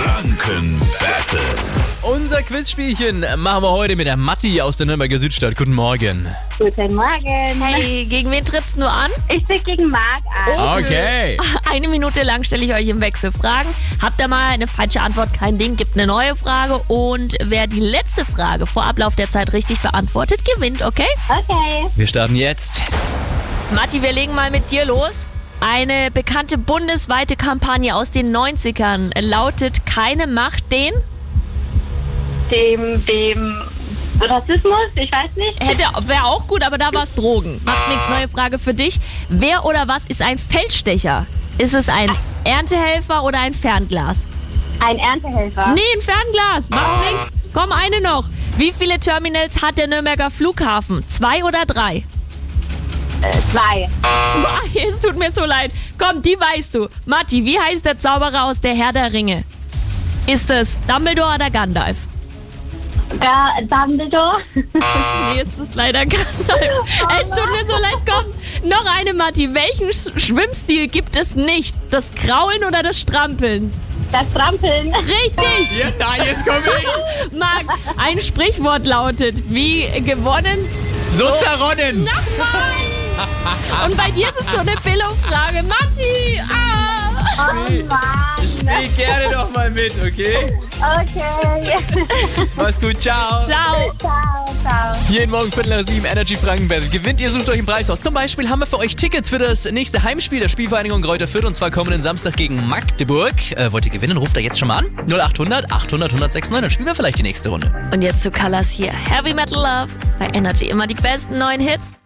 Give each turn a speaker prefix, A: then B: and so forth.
A: Franken Battle.
B: Unser Quizspielchen machen wir heute mit der Matti aus der Nürnberger Südstadt. Guten Morgen.
C: Guten Morgen.
D: Hey, gegen wen tritt's nur an?
C: Ich bin gegen Marc an.
B: Okay.
D: Eine Minute lang stelle ich euch im Wechsel Fragen. Habt ihr mal eine falsche Antwort, kein Ding, gibt eine neue Frage. Und wer die letzte Frage vor Ablauf der Zeit richtig beantwortet, gewinnt, okay?
C: Okay.
B: Wir starten jetzt.
D: Matti, wir legen mal mit dir los. Eine bekannte bundesweite Kampagne aus den 90ern lautet Keine Macht den.
C: Dem, dem Rassismus, ich weiß nicht.
D: Hätte wäre auch gut, aber da war es Drogen. Macht nichts, neue Frage für dich. Wer oder was ist ein Feldstecher? Ist es ein Erntehelfer oder ein Fernglas?
C: Ein Erntehelfer.
D: Nee, ein Fernglas.
B: Ah.
D: Macht nix. Komm, eine noch. Wie viele Terminals hat der Nürnberger Flughafen? Zwei oder drei?
C: Zwei.
B: Ah.
D: Zwei. Es tut mir so leid. Komm, die weißt du. Matti, wie heißt der Zauberer aus der Herr der Ringe? Ist es Dumbledore oder Gandalf?
C: Da, Dumbledore.
D: Nee, es ist leider Gandalf. Es tut mir so leid. Komm, noch eine, Matti. Welchen Sch- Schwimmstil gibt es nicht? Das Kraulen oder das Strampeln?
C: Das Trampeln.
D: Richtig.
B: Ah, Ja, nein, jetzt komm ich.
D: Marc, ein Sprichwort lautet, wie gewonnen,
B: So zerronnen.
D: Ach Mann! Und bei dir ist es so eine Billo-Frage. Matti! Ah!
C: Oh Mann.
B: Spiel gerne doch mal mit, okay?
C: Okay.
B: Mach's gut, ciao.
D: Ciao!
C: ciao, ciao.
B: Jeden Morgen Viertel nach sieben Energy Franken Battle. Gewinnt ihr, sucht euch einen Preis aus. Zum Beispiel haben wir für euch Tickets für das nächste Heimspiel der Spielvereinigung Greuther Fürth und zwar kommenden Samstag gegen Magdeburg. Äh, wollt ihr gewinnen? Ruft da jetzt schon mal an. 0800 800 169. Dann spielen wir vielleicht die nächste Runde.
D: Und jetzt zu Colors hier. Heavy Metal Love. Bei Energy immer die besten neuen Hits.